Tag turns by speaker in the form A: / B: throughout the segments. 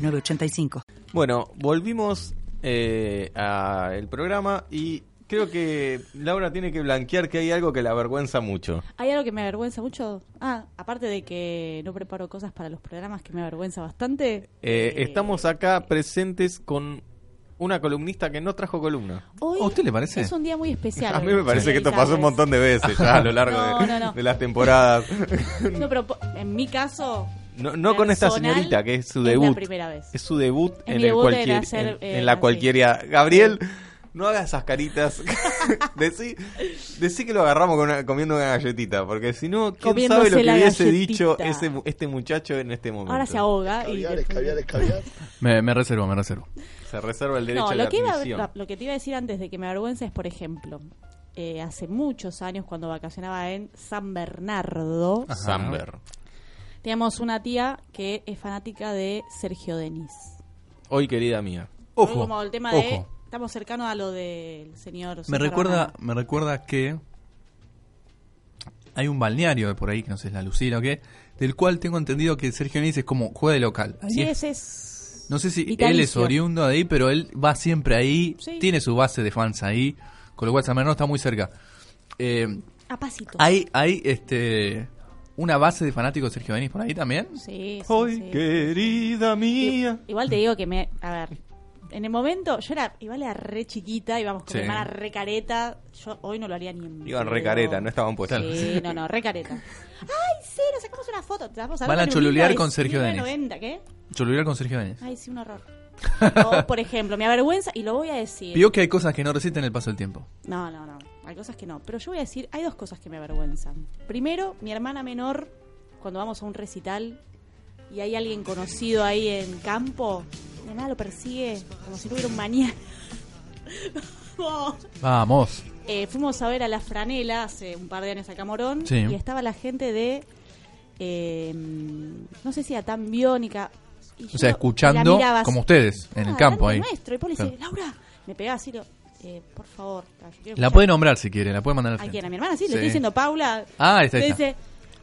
A: 985.
B: Bueno, volvimos eh, al programa y creo que Laura tiene que blanquear que hay algo que la avergüenza mucho.
C: Hay algo que me avergüenza mucho. Ah, aparte de que no preparo cosas para los programas que me avergüenza bastante.
B: Eh, estamos acá presentes con una columnista que no trajo columna.
C: Hoy
D: ¿A usted le parece?
C: es un día muy especial.
B: A mí me parece que esto pasó un montón de veces ya a lo largo
C: No,
B: de,
C: no, no.
B: de las temporadas.
C: de... No, pero po- en mi caso...
B: No, no con esta
C: personal,
B: señorita, que es su
C: es
B: debut.
C: la primera vez.
B: Es su debut
C: Es
B: en el
C: mi debut en
B: cualquier,
C: hacer,
B: en,
C: eh,
B: en la
C: así.
B: cualquiera. Gabriel, no hagas esas caritas. decí, decí que lo agarramos con una- comiendo una galletita, porque si no, quién
C: Comiéndose
B: sabe lo que
C: la
B: hubiese
C: galletita.
B: dicho ese, mu- este muchacho en este momento.
C: Ahora se ahoga y...
E: Caviar,
C: después-
E: escabiar, escabiar.
D: Me, me reservo, me reservo.
B: Se reserva el derecho
C: No,
B: a
C: lo
B: la
C: que, iba a-
B: admisión.
C: lo que te iba a decir antes de que me avergüenza es, por ejemplo, eh, hace muchos años cuando vacacionaba en San Bernardo,
B: Ah. Samber.
C: teníamos una tía que es fanática de Sergio Denis.
B: Hoy, querida mía.
D: Ojo,
C: Como el tema de...
D: ojo.
C: Estamos cercanos a lo del señor...
D: Me
C: César
D: recuerda,
C: Romano.
D: me recuerda que hay un balneario de por ahí, que no sé si es la Lucina o qué, del cual tengo entendido que Sergio Nice es como juega de local.
C: Sí,
D: Y es-
C: ese es...
D: no sé si él
C: vitalicio.
D: es oriundo de ahí, pero él va siempre ahí,
C: Sí.
D: tiene su base de fans ahí, con lo cual San Bernardo está muy cerca. Eh,
C: A pasito.
D: hay, hay este una base de fanáticos de Sergio Denis por ahí también.
C: Sí, sí,
B: Hoy,
C: sí.
B: querida mía.
C: Igual te digo que me. A ver. En el momento, yo era, igual era re chiquita, íbamos con
D: Sí.
C: mi hermana re careta. Yo hoy no lo haría ni en.
B: Iban
C: pedo.
B: re careta, no estaban puestas.
C: Sí, no, no, re careta. ¡Ay, sí! Nos sacamos una foto. Te vamos
D: Van a
C: ver en un
D: cholulear
C: libro de
D: con Sergio Denis.
C: 1990, ¿qué?
D: Yo lo vi con Sergio Denis.
C: Ay, sí, un horror. O, por ejemplo, me avergüenza, y lo voy a decir.
D: Vio que hay cosas que no resisten el paso del tiempo.
C: No, no, no. Hay cosas que no. Pero yo voy a decir, hay dos cosas que me avergüenzan. Primero, mi hermana menor, cuando vamos a un recital y hay alguien conocido ahí en campo, de nada lo persigue, como si no hubiera un mañana. Vamos.
D: Vamos.
C: Eh, fuimos a ver a La Franela hace un par de años a Camorón
D: Sí.
C: y estaba la gente de, eh, no sé si a tan biónica. y
D: O sea,
C: yo la
D: escuchando
C: miraba así.
D: como ustedes en el
C: Ah,
D: campo
C: grande
D: ahí.
C: Nuestro. Y Poli dice,
D: Claro.
C: Laura, me pegaba así, lo- eh, por favor. claro, yo quiero
D: La
C: escuchar".
D: puede nombrar si quiere, la puede mandar al
C: ¿A
D: frente.
C: quién? ¿A mi hermana? Sí,
D: Sí.
C: le estoy diciendo Paula.
D: Ah, está,
C: Le
D: está.
C: dice,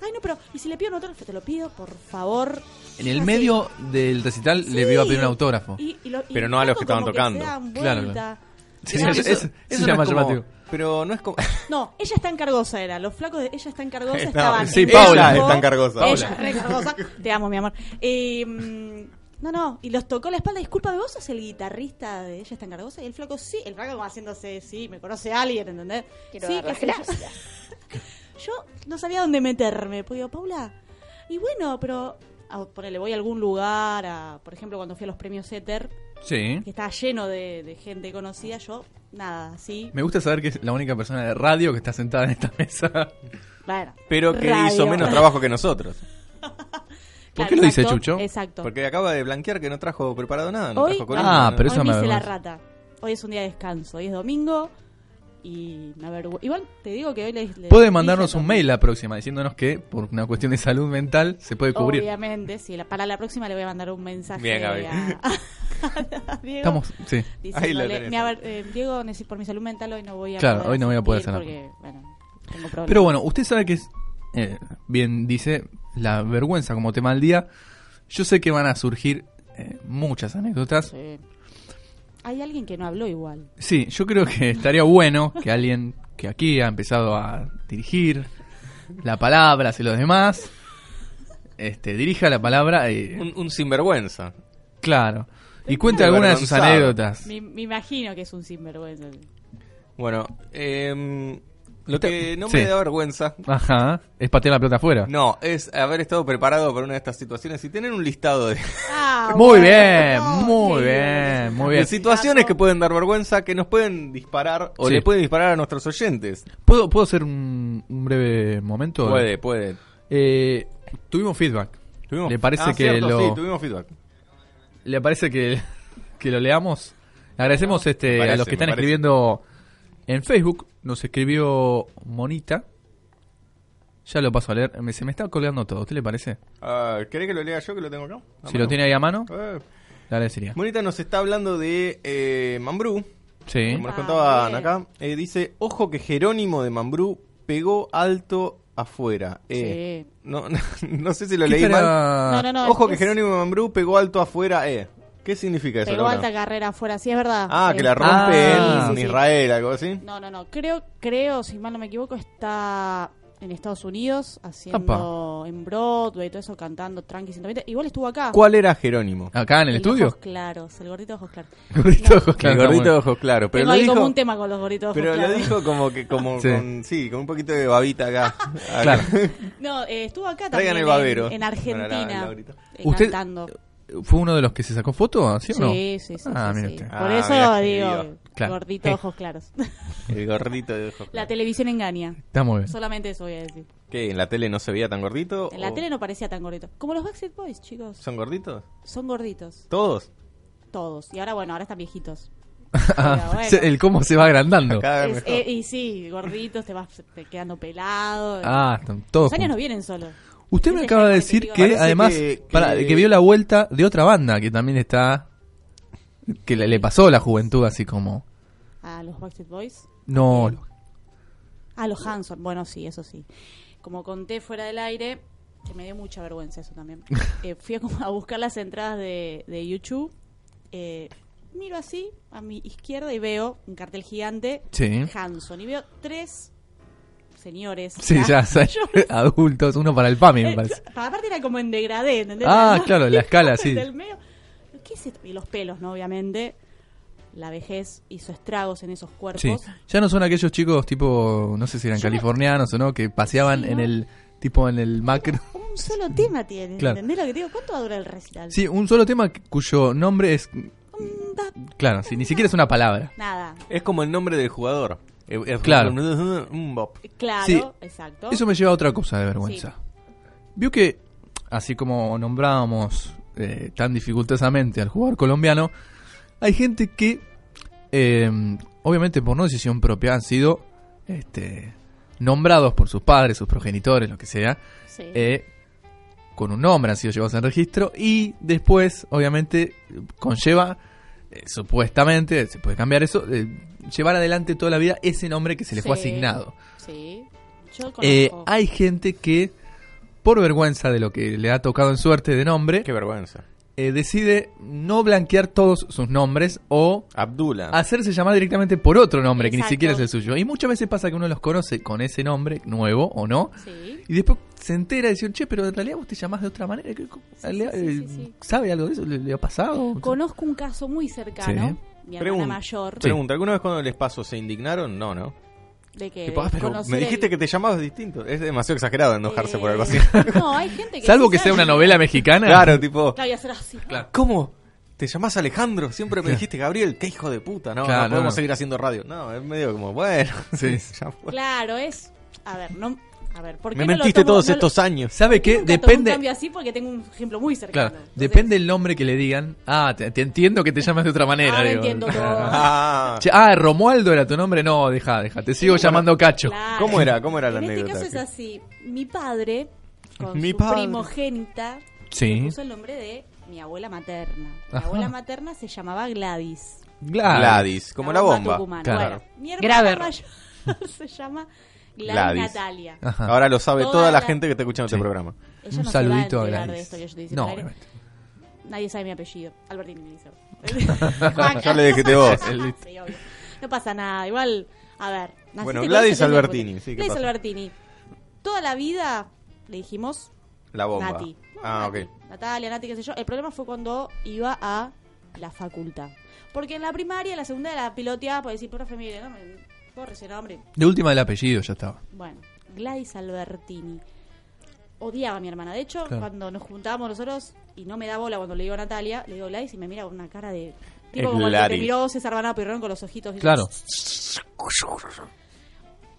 C: ay, no, pero, ¿y si le pido un autógrafo? Te lo pido, por favor.
D: En el
C: Así.
D: medio del recital
C: Ah, Sí.
D: le veo a pedir un autógrafo.
C: Y- y lo- y
B: Pero
C: el
B: no a los
C: flaco
B: que estaban
C: como
B: tocando.
C: se dan
D: Claro,
C: vuelta.
D: claro. Sí,
C: Y
D: eso-
C: no,
D: eso- se llama
B: es como-
D: llamativo.
B: Pero no es como.
C: no, ella está encargosa, era. Los flacos de ella está encargosa
B: No,
C: estaban.
D: sí,
C: en
D: Paula
C: grupo.
B: está encargosa.
C: Ella
B: Paula.
C: re encargosa. Te amo, mi amor. Eh, mm, no, no, y los tocó la espalda. Disculpa, ¿vos sos el guitarrista de ella está encargosa? Y el flaco, sí. El flaco como haciéndose, sí, me conoce alguien, ¿entendés?
F: Quiero
C: sí,
F: dar las
C: qué sé yo.
F: gracias.
C: yo no sabía dónde meterme. Pues digo, Paula, y bueno, pero a, ponele, voy a algún lugar, a, por ejemplo, cuando fui a los premios Éter,
D: Sí.
C: que estaba lleno de, de gente conocida, yo, nada, sí.
D: Me gusta saber que es la única persona de radio que está sentada en esta mesa. ¿Por
C: Bueno,
B: Pero que
C: radio.
B: hizo menos trabajo que nosotros.
C: Claro,
D: qué lo dice
C: exacto,
D: Chucho?
C: Exacto.
B: Porque acaba de blanquear que no trajo preparado nada. No
C: Hoy-
B: trajo
D: Ah,
B: ¿no?
D: pero eso
C: Hoy
D: me
C: me hice la
D: avergüenza.
C: rata. Hoy es un día de descanso, hoy es domingo y me avergüenza. Igual te digo que hoy les, les
D: Puede
C: dije
D: mandarnos un
C: también.
D: mail la próxima diciéndonos que por una cuestión de salud mental se puede cubrir.
C: Obviamente, sí. la- Para la próxima le voy a mandar un mensaje
B: Bien, Gaby.
C: a, a Diego.
D: Estamos, sí.
B: Ahí lo
C: diciéndole,
B: tenés.
C: "Me aver- eh, Diego, neces- por mi salud mental hoy no voy a
D: Claro,
C: poder
D: hoy no voy a poder
C: asistir
D: cenar.
C: porque, bueno, tengo problemas.
D: Pero bueno, usted sabe que es, eh, bien dice, la vergüenza como tema del día. Yo sé que van a surgir eh, muchas anécdotas.
C: Sí. Hay alguien que no habló igual.
D: Sí, yo creo que estaría bueno que alguien que aquí ha empezado a dirigir la palabra hacia los demás, este, dirija la palabra, eh,
B: Un, un sinvergüenza.
D: claro, y cuente alguna de sus
B: Avergonzado.
D: anécdotas.
C: Me, me imagino que es un sinvergüenza.
B: Bueno, em, lo
D: Te-
B: que no
D: sí.
B: me da vergüenza.
D: Ajá, es patear la pelota afuera.
B: No, es haber estado preparado para una de estas situaciones y tener un listado de,
C: Ah,
D: Muy
C: bueno,
D: bien,
C: no,
D: muy
C: sí,
D: bien, muy
B: de
D: bien.
B: situaciones que pueden dar vergüenza, que nos pueden disparar o
D: Sí.
B: le pueden disparar a nuestros oyentes.
D: ¿Puedo, ¿Puedo hacer un, un breve momento?
B: Puede, puede.
D: Eh, tuvimos feedback.
B: Tuvimos-
D: Le parece
B: Ah,
D: que
B: cierto,
D: lo-
B: Sí, tuvimos feedback.
D: ¿Le parece que, que lo leamos? Le agradecemos este,
B: Me parece,
D: a los que
B: me
D: están
B: parece.
D: escribiendo en Facebook. Nos escribió Monita. Ya lo paso a leer. Me- se me está colgando todo. ¿Usted le parece?
B: Ah, ¿Querés que lo lea yo que lo tengo acá? A
D: si
B: mano.
D: lo tiene ahí a mano,
B: Eh,
D: le agradecería.
B: Monita nos está hablando de eh, Mambrú,
D: Sí.
B: como nos
C: Ah,
B: contaban
C: bien.
B: acá. Eh, dice, ojo que Jerónimo de Mambrú pegó alto afuera. Eh,
C: Sí.
B: no, no, no sé si lo
D: ¿Qué
B: leí
D: estará-
B: mal.
C: No, no, no.
B: Ojo
C: es-
B: que Jerónimo de Mambrú pegó alto afuera. Eh. ¿Qué significa eso?
C: Pegó
B: Laura?
C: alta carrera afuera, sí, es verdad.
B: Ah,
C: Sí.
B: que la rompe
D: Ah.
B: en
C: Sí, sí, sí.
B: Israel, algo así.
C: No, no, no. Creo, creo, si mal no me equivoco, está en Estados Unidos haciendo en Broadway, todo eso, cantando Tranqui 120. Igual estuvo acá.
B: ¿Cuál era Jerónimo?
D: ¿Acá en el, estudio?
C: Ojos claros, el gordito de ojos claros.
D: Gordito de ojos
B: el
D: claros,
B: gordito de
D: está
B: ojos claros. Pero
C: Tengo
B: lo
C: ahí
B: dijo,
C: como un tema con los gorditos de
B: pero
C: ojos
B: lo
C: claros.
B: dijo como que como
D: Sí.
B: con sí, con un poquito de babita acá. Acá.
D: Claro.
C: No, eh, estuvo acá también.
B: Traigan el
C: en-
B: babero.
C: En,
B: Bueno, la- la
C: Argentina.
B: ahorita.
C: eh,
D: ¿Usted-
C: Cantando.
D: muy- ¿Fue uno de los que se sacó foto? ¿Sí o no?
C: Sí, sí, sí.
D: Ah,
C: sí,
D: mira
C: sí.
D: usted.
C: Por
B: Ah,
C: eso
B: mira,
C: digo,
B: digo.
D: Claro.
C: gordito de ojos claros.
B: El gordito de ojos
C: la
B: claros.
C: televisión engaña.
D: Está muy bien.
C: Solamente eso voy a decir.
B: ¿Qué? ¿En la tele no se veía tan gordito?
C: En la
B: ¿O
C: tele no parecía tan gordito. Como los Backstreet Boys, chicos.
B: ¿Son gorditos?
C: Son gorditos.
B: ¿Todos?
C: Todos. Y ahora, bueno, ahora están viejitos.
D: Ah,
C: bueno.
D: se- El cómo se va agrandando.
B: Acá
C: Es-
B: mejor.
C: eh, y sí, gorditos, te vas te quedando pelado.
D: Ah, están todos.
C: Los años no
D: juntos.
C: vienen Este solo.
D: Usted me
C: Ese
D: acaba
C: es
D: de
C: el
D: decir que
B: Parece
D: además
B: que-
D: pará,
B: que-
D: que vio la vuelta de otra banda que también está que le, le pasó la juventud así como
C: A los Backstreet Boys. Eh,
D: no
C: A los Hanson. Bueno, sí, eso sí. Como conté fuera del aire, que me dio mucha vergüenza eso también. eh, fui a, como a buscar las entradas de, de YouTube. eh, miro así a mi izquierda y veo un cartel gigante.
D: sí
C: Hanson. Y veo tres señores.
D: sí ya sa- adultos uno para el PAMI me
C: Eh,
D: parece
C: pa- Aparte era como en degradé, ¿entendés?
D: Ah,
C: Era-
D: claro, la escala, sí.
C: Del medio. ¿Qué es esto? Y los pelos, ¿no? Obviamente. La vejez hizo estragos en esos cuerpos.
D: sí ya no son aquellos chicos tipo no sé si eran
C: Yo no-
D: californianos o no que paseaban
C: Sí,
D: en
C: ¿no?
D: el tipo en el macro
C: Un solo tema tiene,
D: Claro.
C: ¿entendés lo que te digo? ¿Cuánto va a durar el recital?
D: sí un solo tema que- cuyo nombre es
C: Mm, va-
D: claro sí, ni siquiera es una palabra
C: Nada.
B: Es como el nombre del jugador. Eh, es-
D: Claro.
B: Un bop.
C: Claro,
D: Sí.
C: exacto.
D: Eso me lleva a otra cosa de vergüenza. Vio que, así como nombrábamos eh, tan dificultosamente al jugador colombiano, hay gente que, eh, obviamente por no decisión propia, han sido este, nombrados por sus padres, sus progenitores, lo que sea,
C: Sí.
D: eh, con un nombre han sido llevados en registro y después, obviamente, conlleva, eh, supuestamente, se puede cambiar eso, eh, llevar adelante toda la vida ese nombre que se le fue
C: Sí.
D: asignado.
C: Sí. Yo conozco.
D: Eh, hay gente que, por vergüenza de lo que le ha tocado en suerte de nombre,
B: Qué vergüenza.
D: eh, decide no blanquear todos sus nombres o
B: Abdullah.
C: Ah,
D: hacerse llamar directamente por otro nombre que ni
C: Exacto.
D: siquiera es el suyo. Y muchas veces pasa que uno los conoce con ese nombre, nuevo o no,
C: Sí.
D: y después se entera y dice, che, pero en realidad vos te llamás de otra manera. ¿Qué- cómo-
C: Sí,
D: le-
C: sí, sí,
D: eh,
C: sí, sí.
D: ¿Sabe algo de eso? ¿Le, le ha pasado?
C: Conozco un caso muy cercano. Mi hermana
B: Pregun-
C: mayor.
B: Pregunta, ¿alguna vez cuando les pasó se indignaron? No, ¿no?
C: De que
B: Tipo, ah, pero
C: conocer
B: me dijiste
C: Eh, el-
B: que te llamabas distinto. Es demasiado exagerado enojarse por algo así.
C: Eh, No, hay gente que.
D: Salvo
C: sí
D: que sea
C: sabe.
D: una novela mexicana.
B: Claro, tipo,
C: Claro, y hacer así.
B: ¿cómo? ¿Te llamás Alejandro? Siempre me dijiste Gabriel, qué hijo de puta, no,
D: Claro,
B: no podemos
D: no.
B: seguir haciendo radio. No, es medio como, bueno,
D: Sí.
B: ya fue.
C: Claro, es. A ver, no. A ver, ¿por qué
B: Me
C: no lo
B: mentiste
C: tomo-
B: todos
C: no lo-
B: estos años.
D: ¿Sabe qué?
C: Nunca tomé un
D: Depende...
C: cambio así porque tengo un ejemplo muy cercano.
D: Claro,
C: Entonces,
D: depende el nombre que le digan. Ah, te, te entiendo que te llamas de otra manera.
C: Ahora
D: digo.
C: entiendo todo.
B: Ah,
D: Che, ah, Romualdo era tu nombre. No, deja, deja. Te sigo llamando Cacho.
C: Claro.
B: ¿Cómo era? ¿Cómo era la
C: en este
B: anécdota?
C: caso es así. Mi padre, con
B: Mi
C: su
B: padre.
C: primogénita, le
D: Sí.
C: puso el nombre de mi abuela materna. Mi
D: Ajá.
C: abuela materna se llamaba Gladys.
D: Gladys.
B: Gladys, como la bomba.
C: tucumana.
D: Claro.
C: Bueno, mi hermana
E: Grave error.
C: mayor se llama Gladys,
B: Gladys. Ah,
C: Natalia.
D: Ajá.
B: Ahora lo sabe
C: Toda
B: toda la
C: la-
B: gente que está escuchando
D: Sí.
B: este programa.
C: Ella no se
D: un
C: va a
D: saludito a
C: enterar
D: Gladys.
C: de esto que yo te hice
D: no,
C: al aire.
D: obviamente.
C: Nadie sabe mi apellido. Albertini me dice. Juanca.
B: Ya le dijiste vos.
C: Ah, sí, obvio. No pasa nada, igual. A ver. naciste
B: Bueno,
C: con
B: Gladys
C: ese nombre,
B: Albertini,
C: puta.
B: sí, ¿qué
C: Gladys
B: pasa?
C: Albertini. Toda la vida le dijimos
B: La bomba.
C: Nati. No,
B: ah,
C: Nati.
B: ok.
C: Natalia, Nati, qué sé yo. El problema fue cuando iba a la facultad. Porque en la primaria, en la segunda la piloteaba por decir, profe, mire, no me corre ese nombre.
D: De última el apellido ya estaba.
C: Bueno, Gladys Albertini. Odiaba a mi hermana. De hecho,
D: Claro.
C: cuando nos juntábamos nosotros y no me da bola cuando le digo a Natalia, le digo Gladys y me mira con una cara de. Tipo
B: Es
C: como el que te
B: Gladys.
C: miró César Banado Pirrón con los ojitos. y-
D: Claro.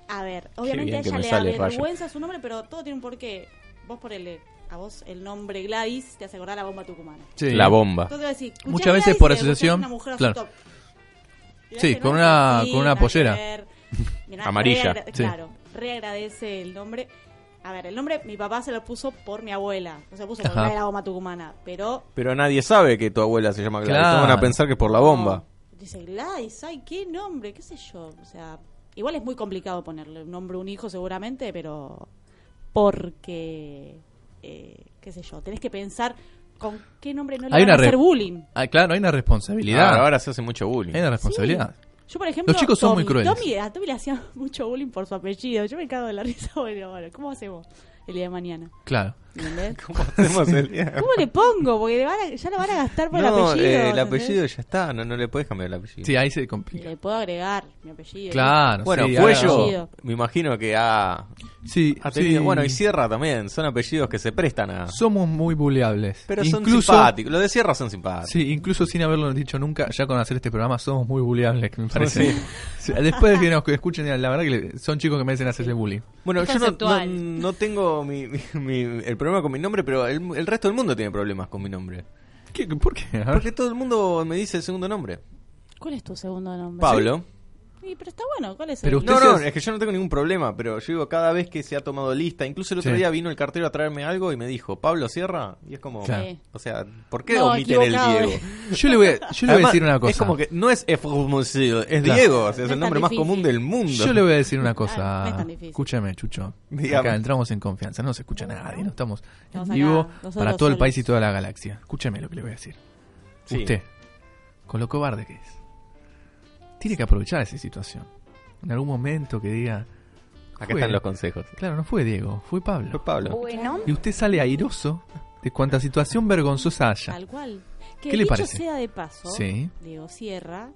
C: A ver,
B: bien
C: obviamente a
B: que
C: ella
B: me
C: le da
B: sale, Rayo.
C: vergüenza su nombre, pero todo tiene un porqué. Vos ponele a vos el nombre Gladys te hace acordar la bomba tucumana.
D: Sí.
B: La bomba.
C: Entonces vas a decir, escuchá
D: Muchas veces
C: Gladys
D: por
C: y te
D: asociación,
C: buscas una mujer
D: claro.
C: top. Y la
D: Sí,
C: gente
D: con
C: no
D: una-
C: sabe,
D: con una
C: nada que
D: pollera.
C: ver. Mirá,
B: Amarilla.
C: reagra-
D: Sí.
C: Claro, reagradece el nombre. A ver, el nombre mi papá se lo puso por mi abuela. No se lo puso por
D: Ajá.
C: la de la bomba tucumana. Pero
B: Pero nadie sabe que tu abuela se llama Gladys.
D: Claro.
B: Todos van a pensar que es por la bomba.
C: No. Dice Gladys, ay, qué nombre, qué sé yo. O sea, igual es muy complicado ponerle un nombre a un hijo seguramente, pero porque, eh, qué sé yo, tenés que pensar con qué nombre no le van
D: Hay
C: a
D: una re-
C: hacer bullying.
D: Ah, claro, hay una responsabilidad.
B: Ahora, ahora se hace mucho bullying.
D: Hay una responsabilidad.
C: Yo, por ejemplo,
D: Los chicos son muy
C: Tommy-
D: crueles.
C: Tommy- a Tommy le hacían mucho bullying por su apellido. Yo me cago de la risa. Bueno, bueno, ¿cómo hacemos el día de mañana?
D: Claro.
C: ¿Entendés?
B: ¿Cómo hacemos el día?
C: ¿Cómo le pongo? Porque le van a- ya lo van a gastar por el
B: No,
C: apellido.
B: eh, el
C: ¿entendés?
B: apellido ya está. No, no le puedes cambiar el apellido.
D: Sí, ah, ahí se complica.
C: Le puedo agregar mi apellido.
D: Claro.
B: Bueno,
D: sí, ahora-
B: Cuello,
C: Apellido.
B: me imagino que ha,
D: Sí,
B: ha tenido.
D: Ah, sí.
B: Bueno, y Sierra también. Son apellidos que se prestan a.
D: Somos muy buleables.
B: Pero son
D: Incluso-
B: simpáticos. Los de Sierra son simpáticos.
D: Sí, incluso sin haberlo dicho nunca, ya con hacer este programa somos muy buleables, que me parece.
B: Sí.
D: Sí, Después de que nos escuchen, la verdad que le- son chicos que merecen hacerle bullying.
B: Bueno,
E: Es
B: yo no, no,
E: conceptual.
B: no tengo mi, mi- mi- el problema con mi nombre, pero el, el resto del mundo tiene problemas con mi nombre.
D: ¿Qué? ¿Por qué? A ver.
B: Porque todo el mundo me dice el segundo nombre.
C: ¿Cuál es tu segundo nombre?
B: Pablo.
C: Sí, pero está bueno, ¿cuál es
D: Pero
C: el
D: usted
B: No, no,
D: seas-
B: es que yo no tengo ningún problema, pero yo digo, cada vez que se ha tomado lista, incluso el otro
D: Sí.
B: día vino el cartero a traerme algo y me dijo, Pablo Sierra, y es como,
D: Claro.
C: Sí.
B: o sea, ¿por qué
C: No,
B: omiten el
C: equivocado,
B: Diego?
C: eh.
D: Yo le voy a, yo le voy a
B: Además,
D: decir una cosa.
B: Es como que no es Efrumusido, es
D: Claro.
B: Diego, o sea,
C: No
B: es
C: es
B: el
C: tan
B: nombre más
C: difícil.
B: común del mundo.
D: Yo le voy a decir una
C: Ah, no es
D: cosa.
C: tan difícil.
D: Escúchame, Chucho.
B: Dígame.
D: Acá entramos en confianza, no se escucha nadie, no estamos en
C: Estamos acá,
D: vivo
C: nosotros
D: para todo el
C: solos.
D: país y toda la galaxia. Escúchame lo que le voy a decir.
B: Sí.
D: Usted, con lo cobarde que es, tiene que aprovechar esa situación. En algún momento que diga,
B: Acá están los consejos.
D: claro, no fue Diego, fue Pablo.
B: Fue Pablo.
D: Y usted sale airoso de cuanta situación vergonzosa haya.
C: Tal cual. Que
D: ¿Qué le
C: dicho
D: parece?
C: sea de paso,
D: Sí.
C: Diego Sierra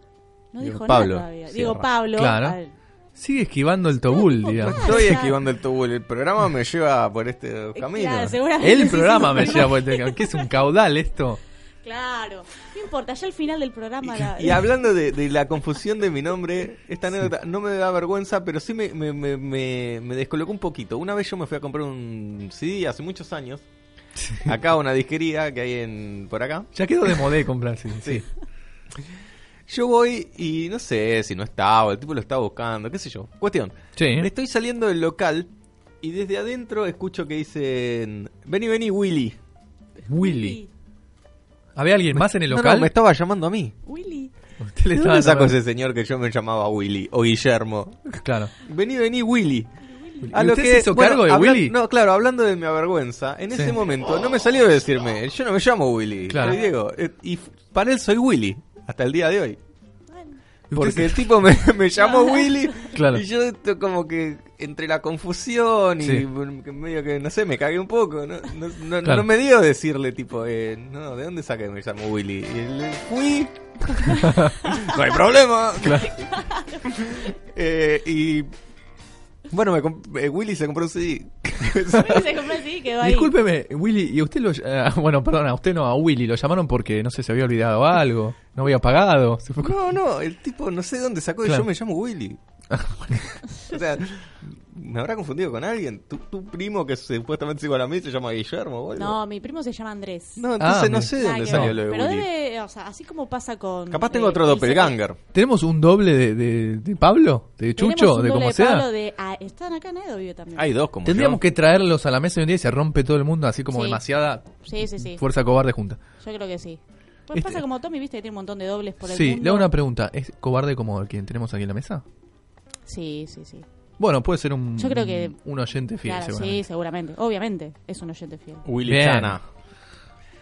C: no
B: Diego
C: dijo
B: Pablo
C: nada todavía.
B: Sierra.
C: Diego Pablo.
D: Claro.
C: a ver,
D: Sigue esquivando el tobul, digamos.
B: Estoy
C: o sea-
B: esquivando el tubo, el programa me lleva por este camino.
C: Claro, seguramente
D: El
C: sí,
D: programa
C: sí,
D: me
C: sí.
D: lleva por el camino. ¿Qué es un caudal esto?
C: Claro. No importa, ya al final del programa. la-
B: Y hablando de, de la confusión de mi nombre, esta anécdota no me da vergüenza, pero sí me, me, me- me- me descolocó un poquito. Una vez yo me fui a comprar un CD hace muchos años, acá a una disquería que hay en por acá.
D: Ya quedó de modé comprar, sí. sí.
B: Yo voy y no sé si no estaba, el tipo lo estaba buscando, qué sé yo. Cuestión.
D: Sí.
B: Estoy saliendo del local y desde adentro escucho que dicen, vení, vení, Willy.
D: Willy. ¿Había alguien más en el
B: No,
D: local?
B: no, me estaba llamando a mí.
C: Willy.
D: Usted le
B: ¿De
D: estaba
B: dónde sacó
D: llamando-
B: ese señor que yo me llamaba Willy o Guillermo?
D: Claro.
B: Vení, vení, Willy.
D: ¿Y usted se hizo
B: bueno,
D: cargo de
B: hablan-
D: Willy?
B: No, claro, hablando de mi vergüenza, en
D: Sí.
B: ese momento no me salió de decirme, yo no me llamo Willy,
D: Claro.
B: soy Diego. Eh, Y f- para él soy Willy, hasta el día de hoy.
D: Usted
B: Porque
D: se-
B: el tipo me, me llamó Willy
D: Claro.
B: y yo esto como que entre la confusión y
D: Sí.
B: bueno, que medio que, no sé, me cagué un poco. No, no, no-
D: Claro.
B: no me dio decirle tipo, eh, no, ¿de dónde saqué que me llamo Willy? Y él, fui. no hay problema. Eh, y bueno, me comp- eh, Willy se compró un CD.
C: Se compró así, quedó ahí.
D: Discúlpeme, Willy, ¿y usted lo... eh, bueno, perdón, a usted no, a Willy lo llamaron porque, no sé, se había olvidado algo, no había pagado. se fue con-
B: No, no, el tipo no sé dónde sacó y
D: Claro.
B: yo me llamo Willy. o sea, ¿me habrá confundido con alguien? ¿Tu, tu primo que supuestamente es igual a mí se llama Guillermo, boludo?
C: No, mi primo se llama Andrés.
B: No, entonces
D: Ah,
B: no
D: mira.
B: sé de
C: Nada
B: dónde
C: que
B: salió
C: ver.
B: lo de
C: Pero
B: Willy.
C: debe, o sea, así como pasa con.
B: Capaz tengo
C: eh,
B: otro
C: el-
B: doppelganger.
D: ¿Tenemos un doble de, de- de Pablo? ¿De
C: Tenemos
D: Chucho?
C: un
D: ¿De
C: doble
D: como
C: de
D: sea?
C: Pablo de- ah, están acá en Edo vive también.
B: Hay dos como
D: Tendríamos
B: yo.
D: que traerlos a la mesa de un día y se rompe todo el mundo, así como
C: Sí.
D: demasiada
C: Sí, sí, sí.
D: fuerza cobarde junta.
C: Yo creo que sí. Pues
D: Este-
C: pasa como Tommy, viste que tiene un montón de dobles por el
D: Sí,
C: mundo.
D: le hago una pregunta. ¿Es cobarde como el que tenemos aquí en la mesa?
C: Sí, sí, sí.
D: Bueno, puede ser un,
C: Yo creo que-
D: un oyente fiel,
C: claro, sí,
D: seguramente.
C: seguramente. Obviamente, es un oyente fiel.
B: Willy
D: Bien.
B: Chana.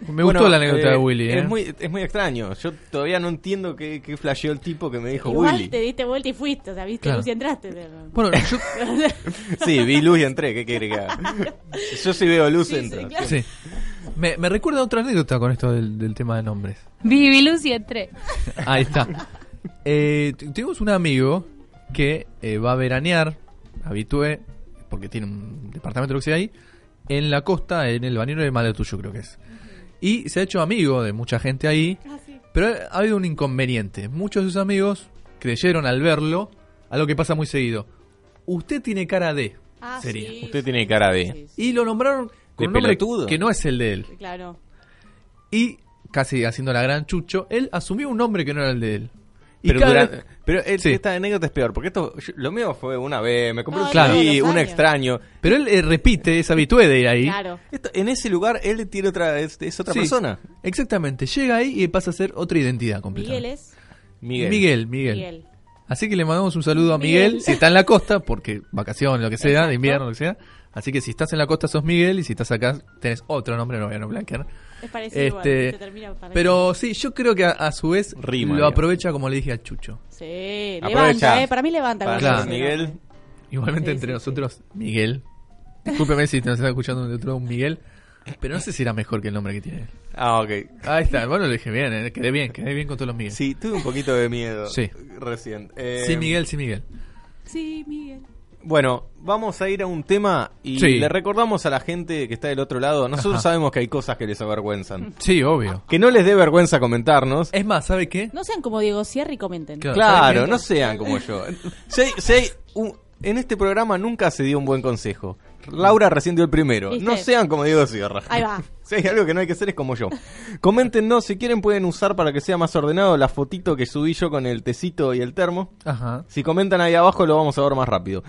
D: Me gustó
B: Bueno,
D: la anécdota
B: eh,
D: de Willy, ¿eh?
B: Es muy, es muy extraño. Yo todavía no entiendo qué, qué flasheó el tipo que me dijo
C: Igual
B: Willy.
C: te diste vuelta y fuiste, o sea, viste
D: Claro.
C: luz y entraste.
D: Bueno, yo...
B: Sí, vi luz y entré. ¿Qué quiere que haga? Yo sí veo luz,
C: Sí, sí,
B: entro.
C: claro.
D: sí. Me, me recuerda a otra anécdota con esto del, del tema de nombres.
E: Vivi Lucy entré.
D: Ahí está. Eh, t- tenemos un amigo que eh, va a veranear, habitué, porque tiene un departamento de luxe ahí, en la costa, en el bañero de Maletuyo creo que es. Y se ha hecho amigo de mucha gente ahí,
C: Ah, sí.
D: pero ha habido un inconveniente. Muchos de sus amigos creyeron al verlo, algo que pasa muy seguido. Usted tiene cara de...
C: Ah,
D: Sería.
C: sí,
B: Usted
C: sí,
B: tiene cara de-
C: sí, sí, sí.
D: Y lo nombraron con
B: De
D: un nombre
B: pelotudo.
D: que no es el de él.
C: Claro.
D: Y casi haciendo la gran chucho, él asumió un nombre que no era el de él. Y
B: Pero,
D: cada
B: durante- pero el-
D: Sí.
B: esta anécdota es peor, porque esto yo- lo mío fue una vez, me compré
C: No,
B: un
D: Ah, Claro.
B: CD,
C: todos los
B: un
C: años.
B: extraño.
D: vez- pero él eh, repite, es habitué de ir ahí.
C: Claro.
B: Esto- en ese lugar él tiene otra, es, es otra
D: Sí,
B: persona.
D: Exactamente, llega ahí y pasa a ser otra identidad completa.
C: Miguel es
B: Miguel.
D: Miguel, Miguel.
C: Miguel.
D: Así que le mandamos un saludo a Miguel,
C: Miguel.
D: si está en la costa, porque vacaciones, lo que sea, de
C: Exacto.
D: invierno, lo que sea. Así que si estás en la costa sos Miguel y si estás acá tenés otro nombre, no voy a nombrar.
C: Es parecido igual,
D: Este,
C: se termina parecido.
D: Pero sí, yo creo que a, a su vez
B: Rima,
D: lo
B: digamos.
D: aprovecha como le dije al Chucho.
C: Sí,
B: Aprovecha.
C: levanta, eh. Para mí levanta.
B: Para
C: cuando
D: Claro.
C: dice,
B: Miguel.
C: ¿no?
D: Igualmente
C: Sí,
D: entre
C: sí,
D: nosotros, Miguel. Discúlpeme si nos está escuchando de otro un Miguel, pero no sé si era mejor que el nombre que tiene.
B: Ah, ok.
D: Ahí está, bueno, lo dije bien, eh, quedé bien, quedé bien con todos los Miguel. Sí,
B: Sí, tuve un poquito de miedo
D: Sí.
B: recién. Eh,
D: Miguel, sí, Miguel.
C: Sí, Miguel.
B: Bueno, vamos a ir a un tema y
D: Sí.
B: le recordamos a la gente que está del otro lado. Nosotros
D: Ajá.
B: sabemos que hay cosas que les avergüenzan.
D: Sí, obvio.
B: Que no les dé vergüenza comentarnos.
D: Es más, ¿sabe qué?
C: No sean como Diego Sierra y comenten.
D: Claro.
B: Claro, no sean como yo. Si hay- si hay un- en este programa nunca se dio un buen consejo. Laura recién dio el primero.
C: ¿Viste?
B: No sean como Diego Sierra.
C: Ahí va.
B: Si hay algo que no hay que hacer es como yo. Coméntenos si quieren pueden usar para que sea más ordenado la fotito que subí yo con el tecito y el termo.
D: Ajá.
B: Si comentan ahí abajo lo vamos a ver más rápido.